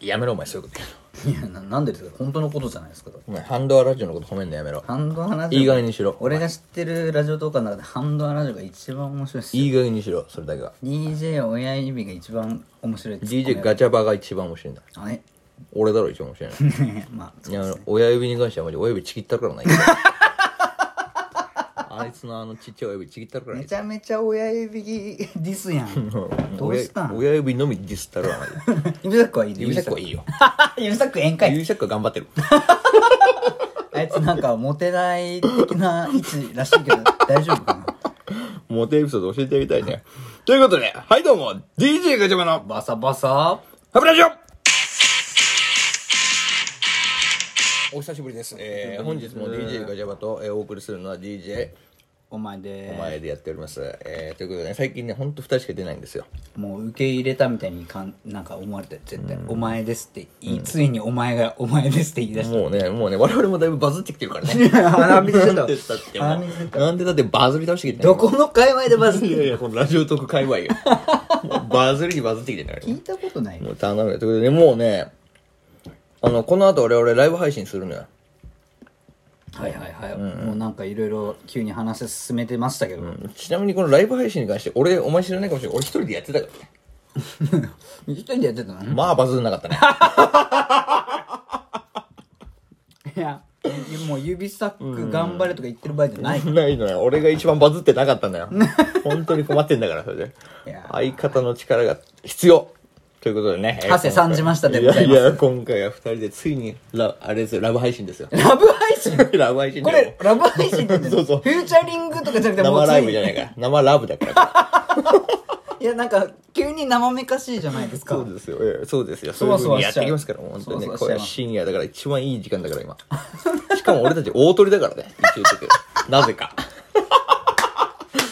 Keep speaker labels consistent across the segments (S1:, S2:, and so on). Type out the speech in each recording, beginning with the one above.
S1: やめろお前そういうこと言う
S2: いやななんでですか本当のことじゃないですか
S1: のお前ハンドアラジオのこと褒めんのやめろ
S2: ハンドアラジオ
S1: いい加減にしろ
S2: 俺が知ってるラジオトーカーの中でハンドアラジオが一番面白いですよ
S1: いい加減にしろそれだけは
S2: DJ 親指が一番面白いです
S1: DJ ガチャバが一番面白いんだ
S2: あれ
S1: 俺だろ一番面白いの
S2: まあ
S1: いや、親指に関してはマジ親指ちぎったる からない。あいつのあのちっちゃい親指ちぎったるからな
S2: め
S1: い。
S2: ちゃめちゃ親指ディスや んどうしたん
S1: 親親指のみディスったるからない。
S2: 指サックはいいね
S1: 指サックはいいよ。
S2: 指サック 宴会
S1: 指サックは頑張ってる。
S2: あいつなんかモテない的な位置らしいけど大丈夫かな
S1: モテエピソード教えてあげたいね。ということで、はいどうも、DJ ガチャバの
S2: バサバサ
S1: ハブラジオお久しぶりです。え ー、本日も DJ ガチャバと、えーお送りするのは DJ
S2: お前で
S1: お前でやっております。えー、ということでね、最近ね、ほんと2人しか出ないんですよ。
S2: もう受け入れたみたいにかんなんか思われて絶対「お前です」って言い、ついにお前が「お前です」って言い出し
S1: もうね、もうね、我々もだいぶバズってきてるから ね。
S2: た鼻水出
S1: なん
S2: た
S1: でだってもう
S2: 鼻水出た
S1: なんでだってバズり倒してきてんの
S2: どこの界隈でバズって
S1: いや
S2: る
S1: いや、このラジオトーク界隈 よ。もうバズりにバズってきてんだから
S2: 聞いたことない
S1: もう頼むよ。ということで、もうね、あの、この後俺々ライブ配信するのよ。
S2: はいはいはい、もうなんかいろいろ急に話進めてましたけ ど、
S1: ちなみにこのライブ配信に関して、俺、お前知らないかもしれない。俺一人でやってたからね。
S2: 一人でやってたの
S1: まあ、バズんなか ったね。
S2: いやもう指サック頑張れとか言ってる場合じゃない、
S1: ないのよ。俺が一番バズってなかったんだよ。本当に困ってんだから、それで
S2: いや。ー
S1: 相方の力が必要ということでね。えー
S2: ハセ
S1: 今回
S2: 参じましたでございま
S1: い
S2: す。
S1: やいや、今回は二人でついに、ラ、あれですよ、ラブ配信ですよ
S2: ラブ配信
S1: ラブ配信
S2: こ
S1: だ
S2: れ
S1: よ。
S2: ラブ配信って言うんだよ
S1: そうそう
S2: フューチャリングとかじゃなくても
S1: 生
S2: うつい
S1: ライブじゃないから。生ラブだから。
S2: いやなんか急に生めかしいじゃないですか
S1: そうですよ。ええそうですよ。
S2: そわ
S1: そういうふうに
S2: そわし
S1: やっ
S2: ち
S1: て
S2: ゃう
S1: いきますから、もう本当にね。
S2: そわ
S1: これ
S2: そわしちゃい
S1: は
S2: ます
S1: 深夜だから一番いい時間だから、今。しかも俺たち大鳥だからね。一応言っと くけどなぜか。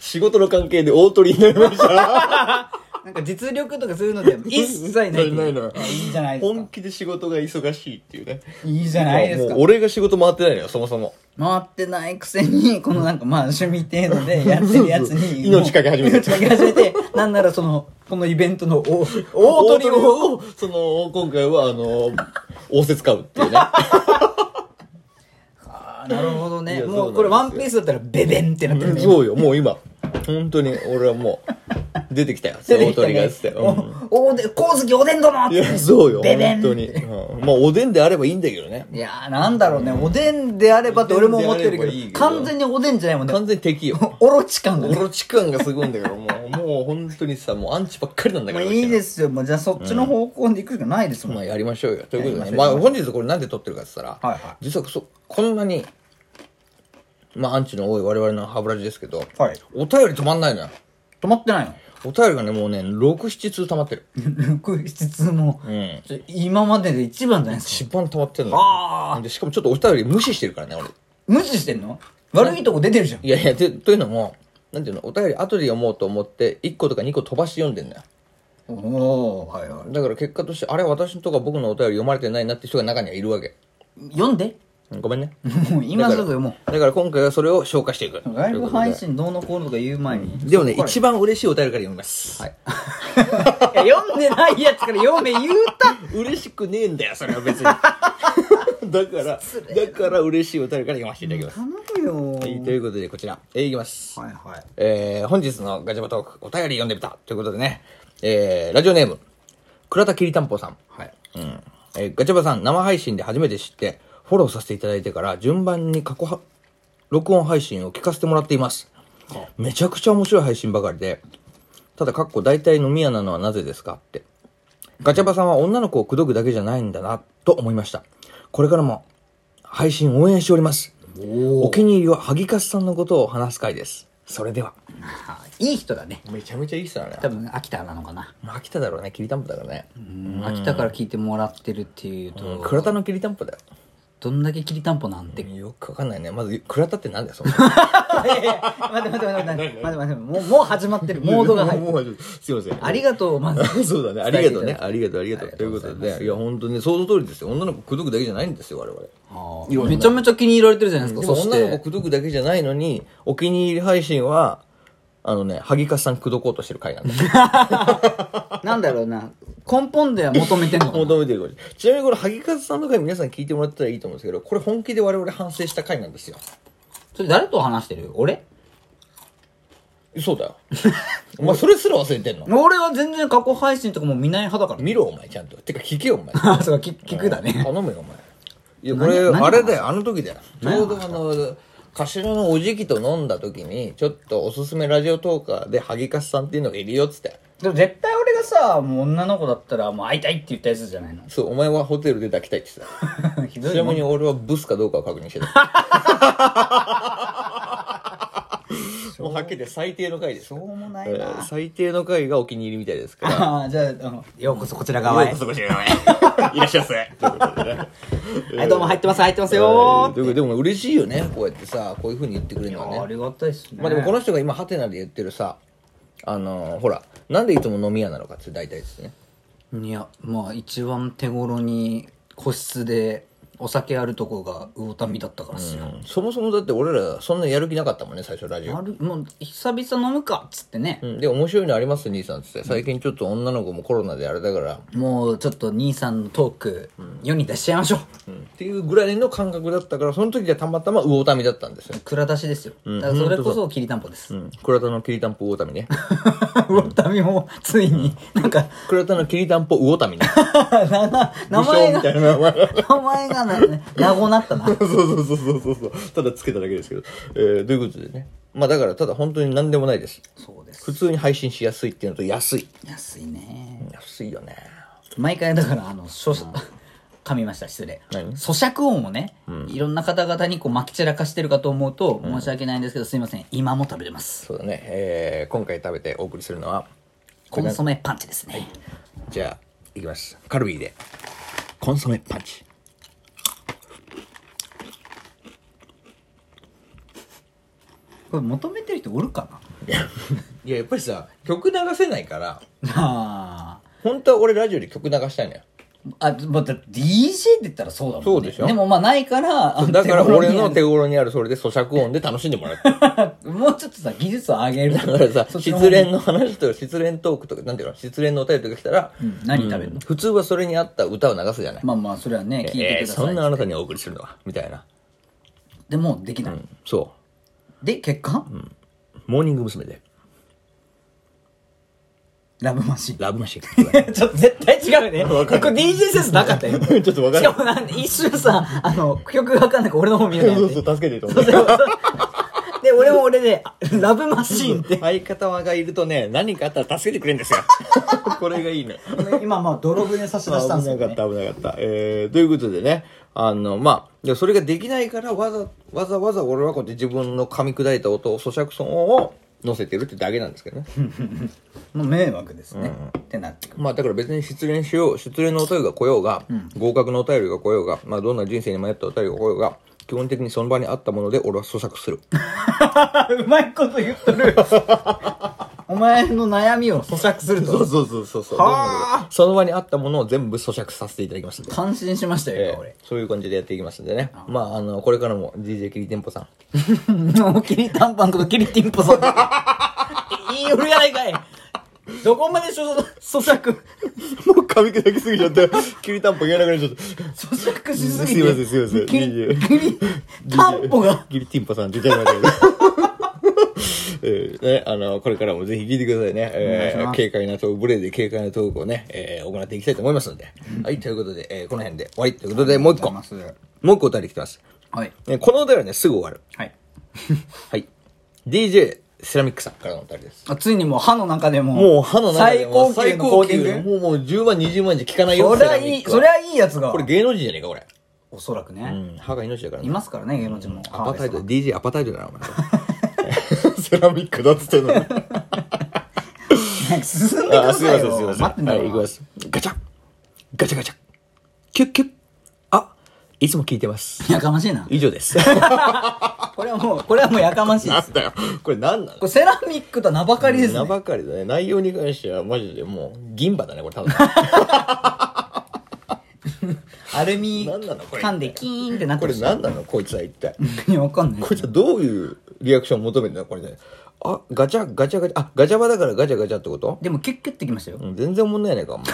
S1: 仕事の関係で大鳥になりました。
S2: なんか実力とかそういうので一切ない
S1: ないないのよ
S2: やいいじゃないですか
S1: 本気で仕事が忙しいっていうね
S2: いいじゃないですか
S1: もう俺が仕事回ってないのよそもそも
S2: 回ってないくせにこのなん かまあ趣味程度でやってるやつに
S1: そうそう命かけ始めて
S2: 命かけ始めてなんならそのこのイベン トの大大鳥を
S1: をその今回はあの応接買うって いうね
S2: あーなるほど
S1: い
S2: ね
S1: や
S2: も
S1: そうなんですよ
S2: うこれワンピースだったらベベンってなってるね
S1: そうよもう今本当に俺はもう出てきたよ
S2: 出てきた
S1: 大鳥が
S2: ね
S1: っつって、うん
S2: おおで光月おでん殿っ
S1: い
S2: て
S1: やそうよ
S2: ベベン
S1: 本当に、うんまあおでんであればいいんだけどね
S2: いやーなんだろうね、おでんであればって俺も思ってるけ
S1: お
S2: ど
S1: でんであればいいけど
S2: 完全におでんじゃないもんね
S1: 完全に敵よ
S2: オロチ感が
S1: オ
S2: ね
S1: ロチ感がすごいんだけどもうもう本当にさもうアンチばっかりなんだ
S2: ま
S1: か
S2: あ
S1: ら
S2: いい
S1: す
S2: ですよもうじゃあそっちの方向に行くしかないですもん、
S1: まあやりましょうよ。ということで
S2: やりましょ
S1: ね、
S2: う
S1: まあ本日これなんで撮ってるかって言ったら、
S2: はいはい
S1: 実はそこんなに、まあアンチの多い我々の歯ブラシですけど、
S2: はい
S1: お便り止まんないのよ。
S2: 止まってないの
S1: お便りがね、もうね、6、7通溜まってる。
S2: 6質も、
S1: うん。
S2: ちょ今までで一番じゃないですか
S1: 一番溜まってるの。
S2: ああ
S1: で、しかもちょっとお便り無視してるからね、俺。
S2: 無視してんの悪いとこ出てるじゃん
S1: いやいや、てというのも、なんていうの、お便り後で読もうと思って、1個とか2個飛ばして読んでんだよ。
S2: おおはいは
S1: だから結果として、あれ、私とか僕のお便り読まれてないなって人が中にはいるわけ。
S2: い読んで
S1: ごめんね。
S2: もう今すぐも
S1: だから今回はそれを消化していく。
S2: うライブ配信どうのこうのとか言う前に、
S1: でもね、一番嬉しいお便りから読みます。はい。
S2: いや読んでないやつから読め言うた
S1: 嬉しくねえんだよ、それは別に。 だから、だから嬉しいお便りから読ませていただきます。
S2: 頼むよ
S1: はい、ということでこちら、えーいきます。
S2: はいはい
S1: えー、本日のガチャバトーク、お便り読んでみた。ということでね、えー、ラジオネーム、倉田きりたんぽさん。
S2: はい
S1: うん。えーガチャバさん、生配信で初めて知って、フォローさせていただいてから、順番に過去は、録音配信を聞かせてもらっています。めちゃくちゃ面白い配信ばかりで、ただ、かっこ大体飲み屋なのはなぜですかって。ガチャバさんは女の子を口説くだけじゃないんだな、と思いました。これからも、配信応援しております。お気に入りは、萩勝さんのことを話す回です。それでは。
S2: あいい人だね
S1: めちゃめちゃいい人だね
S2: 多分秋田なのかな
S1: まあ、秋田だろうね、きりたんぽだろうね。
S2: 秋田から聞いてもらってるっていうと、
S1: 倉田のきりたんぽだよ。
S2: どんだけきりたんぽなん て、
S1: よくわかんないね。まず、倉田ってなんだよ、 その。
S2: いやいや待って待って待って待って待って待ってもうもう始まってるモードが入ってる
S1: もう すいません。
S2: ありがとうま ず
S1: そうだね。ありがとうね。ありがとう、ありがとう。ということで、いや、本当に、想像通りですよ。女の子口説くだけじゃないんですよ、我々。
S2: あーめちゃめちゃ気に入られてるじゃないです
S1: で
S2: か
S1: も
S2: そし
S1: 女の子
S2: て
S1: 口説くだけじゃないのに、お気に入り配信 は、あのね、萩勝さん口説こうとしてる回なんだよ。
S2: なんだろうな根本では求めてんのかな
S1: 求めてるかもしれないちなみにこれ、萩和さんの回皆さん聞いてもらったらいいと思うんですけど、これ本気で我々反省した回なんですよ。
S2: それ誰と話してる 俺
S1: そう だよ。お前それすら忘れてんの
S2: 俺は全然過去配信とかも見ない派だからね
S1: 見ろ、お前ちゃんと。てか聞けよ、お前。
S2: あ そうか聞聞くだね
S1: 頼むよ、お前。いや、これ、
S2: 何何
S1: あれだよ、あの時だよ。ちょうどあの、頭のおじきと飲んだ時に、ちょっとおすすめラジオトーカーで、萩カスさんっていうのがいるよっつって。
S2: でも絶対俺がさもう女の子だったらもう会いたいって言ったやつじゃないの
S1: そう、お前はホテルで抱きたいって言って
S2: ひ
S1: た。
S2: ど
S1: ち
S2: い
S1: な
S2: も
S1: み
S2: ん
S1: に俺はブスかどうかを確認してた。もうはっきり言って最低の回です
S2: しょ。うもな
S1: え
S2: い
S1: ー
S2: な
S1: 最低の回がお気に入りみたいですから。
S2: あーじゃああのようこそこちら側へ
S1: ようこそこちら側へいらっしゃい ませ。ということでね
S2: はいどうも入ってます入ってます
S1: は
S2: よ
S1: いということででも嬉しいよねこうやってさこういうふうに言ってくれるの
S2: ーあ
S1: はね
S2: りがたいっすね
S1: まあでもこの人が今ハテナで言ってるさあのーほらなんでいつも飲み屋なのかって大体ですね
S2: いやまあ一番手頃に個室でお酒あるとこが魚民だったからっすよ、
S1: そもそもだって俺らそんなやる気なかったもんね最初ラジオ
S2: あるもう久々飲むかっつってね
S1: う、んで面白いのあります兄さんっつって最近ちょっと女の子もコロナであれだから
S2: もうちょっと兄さんのトーク、世に出しちゃいましょう
S1: うんっていうぐらいの感覚だったからその時はたまたま魚民だったんですよ
S2: 蔵出しですよ、だからそれこそきりたんぽです、
S1: うん倉田のきりたんぽ魚民 ね
S2: 魚民もついになんか
S1: 倉田のきりたんぽ魚民ね
S2: なな 名
S1: 武
S2: 前
S1: 将みたいな
S2: が
S1: 名前
S2: 名前がな名ごなったな
S1: そうそうそうそうそうそう。ただつけただけですけど。えー、ということでね。まあだから、ただ本当に何でもないです。
S2: そうです
S1: 普通に配信しやすいっていうのと安い。
S2: 安いね
S1: 安いよね。
S2: 毎回だからあの書、噛みました失礼
S1: 何
S2: 咀嚼音をね、いろんな方々にこうまき散らかしてるかと思うと、申し訳ないんですけどすいません今も食べれます
S1: そうだね。えー、今回食べてお送りするのは、
S2: コンソメパンチですね、
S1: じゃあ、いきます。カルビーで、コンソメパンチ。
S2: これ求めてる人おるかない
S1: や、やっぱりさ、曲流せないから、
S2: あ
S1: 本当は俺ラジオで曲流したいのよ。
S2: ーあ、ま、だって DJ って言ったらそうだもんね
S1: そうでしょ
S2: でもまあないからあ
S1: だから
S2: 手頃
S1: 俺
S2: に
S1: の手頃にあるそれで 咀嚼音で楽しんでもらって。
S2: もうちょっとさ技術を上げるだ
S1: だからさ、
S2: そっちの方
S1: 失恋の話とか失恋トークとか、なんていうの失恋のお便りとか来たら、
S2: うん何食べるの、
S1: 普通はそれに合った歌を流すじゃない。
S2: まあまあそれはね聞いて
S1: えー
S2: ください、
S1: そんなあなたにお送りするのはみたいな、
S2: でもできない、
S1: うん、そ
S2: で結果、
S1: うモーニング娘。で
S2: ラブマシン
S1: ラブマシン
S2: ちょっと絶対違うね。これ DJ センスなかったよ。し
S1: ちょっと分
S2: かもなん一瞬さ、あの、曲がわかんないから俺の方見る のやめて。
S1: 助けてと思っ
S2: で、俺も俺で、あラブマシ ーンって。
S1: て相方がいるとね何かあったら助けてくれるん ですよこれがいいね
S2: 今まあ、泥船差し
S1: 危
S2: 出したんです
S1: な
S2: よ、
S1: かっ
S2: ね。
S1: た危なかった、えー、ということでねあのまあでそれができないからわざわざわざ俺はこうやって自分の噛み砕いた音を咀嚼音を乗せてるってだけなんですけどね
S2: もう迷惑ですね。ってなってくる。
S1: まあだから別に失恋しよう、失恋のお便りが来ようが、合格のお便りが来ようが、まあどんな人生に迷ったお便りが来ようが、基本的にその場にあったもので俺は咀嚼する。
S2: うまいこと言っとる。 お前の悩みを咀嚼すると。
S1: う そうそうそうそう
S2: は
S1: その場にあったものを全部咀嚼させていただきますんで。
S2: 感心しましたよ、今俺。
S1: そういう感じでやっていきますんでね。まああの、これからも DJ キリテンポさん。
S2: もうキリタンパンとかキリティンポさん とか。いいよるやないかい。どこまで咀嚼、
S1: もう髪砕きすぎちゃった。キリタンポ言えなくなっちゃった。
S2: 咀嚼しすぎて。
S1: すいませんすいません
S2: キリ、キリ、
S1: ギリ
S2: タンポが。
S1: ギリティンパさん出ちゃいましたけど。 えーね、あのこれからもぜひ聞いてくださいね、え
S2: お願いし
S1: ー、
S2: ます
S1: 軽快なトークブレで軽快なトークをね、えー行っていきたいと思いますので、はいということで、えーこの辺で終わりということでもう一個もう一個お便り来てます、
S2: はい。
S1: ね、このお便りはねすぐ終わる
S2: はい。
S1: はい DJ セラミックさんからのお便りです
S2: あついにもう歯の中でも。
S1: もう歯の中でも
S2: 最高級のコーティング。
S1: もうもう10万20万じゃ効かないよ
S2: そりゃ
S1: セラ
S2: い
S1: ミ
S2: い、
S1: ックは
S2: そりゃいいやつが。
S1: これ芸能人じゃねえかこれ、
S2: おそらく
S1: う
S2: ね。
S1: ん、歯が命だからね
S2: いますからね、芸能人も。
S1: アパタイト
S2: ハーレスは
S1: DJ アパタイトだなお前 セラミックだっつってんの に
S2: なんか進んでく
S1: あ、
S2: だ
S1: すいま
S2: さい
S1: せん、すい
S2: よ。
S1: ません。
S2: 待ってんだ
S1: は
S2: か
S1: い、
S2: ら
S1: 行きます。ガチャガチャガチャキュッキュッあ、いつも聞いてます。
S2: やかましいな。
S1: 以上 です。
S2: これはもう、これはもうやかましいで
S1: な
S2: す。
S1: んだよ。これ何なの
S2: これセラミックと名ばかりです
S1: 名
S2: ね。
S1: ばかりだね。内容に関しては、マジでもう、銀歯だね、これ多 分。
S2: アルミ
S1: 何なのこれ
S2: 噛んでキーンってなって
S1: こ
S2: る
S1: れ
S2: し。
S1: 何なのこいつは一体。
S2: いや、わかんない
S1: こ。いつはどういうリアクションを求めてんのこれね。あ、ガチャ、ガチャガチャ。あ、ガチャ場だからガチャガチャってこと
S2: でもキュッキュッてきましたよ。
S1: うん全然おもんないやねんか、お前。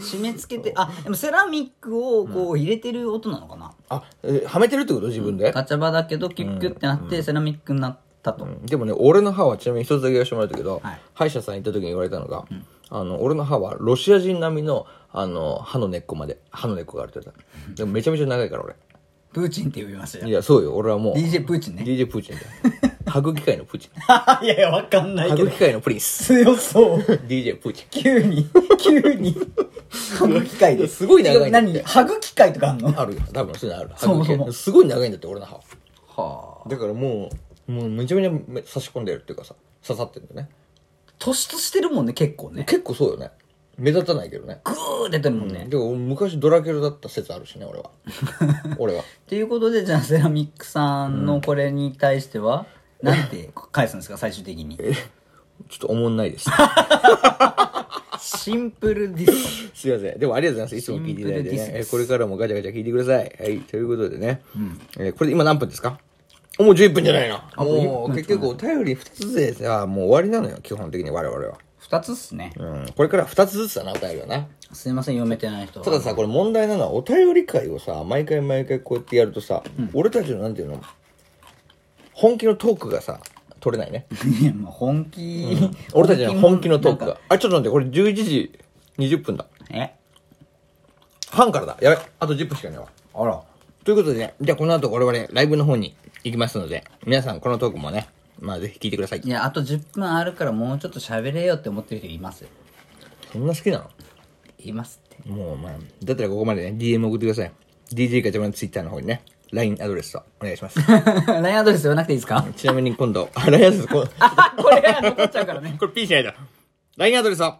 S2: 締め付けて、あ、でもセラミックをこう入れてる音なのかな。
S1: あ、えーはめてるってこと自分で、
S2: ガチャバだけどキュッキュッってなって、セラミックになったと。
S1: でもね、俺の歯はちなみに一つだけ言わせてもらったけど、
S2: はい
S1: 歯医者さん行った時に言われたのが、あの、俺の歯はロシア人並みの、あの、歯の根っこまで、歯の根っこがあるって言われた。でもめちゃめちゃ長いから俺。
S2: プーチンって呼びました
S1: い
S2: よ。
S1: や、そうよ、俺はもう、
S2: DJ プーチンね。
S1: DJ プー チンだよ。歯茎界のプーチン。
S2: いやいや、わかんな
S1: 歯
S2: いけど
S1: 茎。界のプリンス。
S2: 強そう。
S1: DJ プーチン。
S2: 急に、急に。ハグ機械です。
S1: すごい長い
S2: 何ハグ機械とかあんのは
S1: あるよ、多分そういうのある。歯
S2: そも
S1: 茎
S2: そも
S1: 界すごい長いんだって、俺の歯は。
S2: あ。
S1: だからもう、もうめちゃめちゃめ差し込んでるっていうかさ、刺さってるんだよね。
S2: 年としてるもんね、結構ね。
S1: 結構そうよね。目立たないけどね。
S2: グー出てるもんね。
S1: でも昔ドラキュラだった説あるしね、俺 は。俺は。
S2: ということで、じゃあセラミックさんのこれに対しては、なんて返すんですか、最終的に。
S1: ちょっとおもんない です。
S2: シンプルディス
S1: すいません。でもありがとうございます。いつも聞いていただいて
S2: シンプ
S1: ね
S2: ル。
S1: え
S2: で
S1: ー
S2: す
S1: これからもガチャガチャ聞いてください。はい。ということでね。えーこれ今何分ですかもう11分じゃないの。もう結局お便り2つでさ、もう終わりなのよ。基本的に我々は。
S2: ト。二つっすね。
S1: うん。これから2つずつだな、お便りはな。
S2: すいません、読めてない人は。
S1: たださ、これ問題なのは、お便り会をさ、毎回毎回こうやってやるとさ、俺たちのなんていうの、本気のトークがさ、取れないね。
S2: いや、まあ本気、
S1: 俺たちの本気のトーク
S2: な
S1: が
S2: んか。
S1: あ、ちょっと待って、これ11時20分だ。
S2: え
S1: 半からだ。やべ、あと10分しかないわ。
S2: あら。
S1: ということでね、じゃあこの後我々ライブの方に行きますので、皆さんこのトークもね、まあぜひ聞いてください
S2: い。や、あと10分あるからもうちょっと喋れよって思ってる人いますよ。
S1: そんな好きなの
S2: いますって。
S1: もうまあ、だったらここまでね、DM 送ってください。DJ ガチャマンツイッターの方にね、LINE アドレスとお願いします。
S2: ラインアドレス言わなくていいです か
S1: ちなみに今度、あ、LINE アドレス、こ
S2: あこれが残っちゃうからね。
S1: これ P しないだ。LINE アドレスを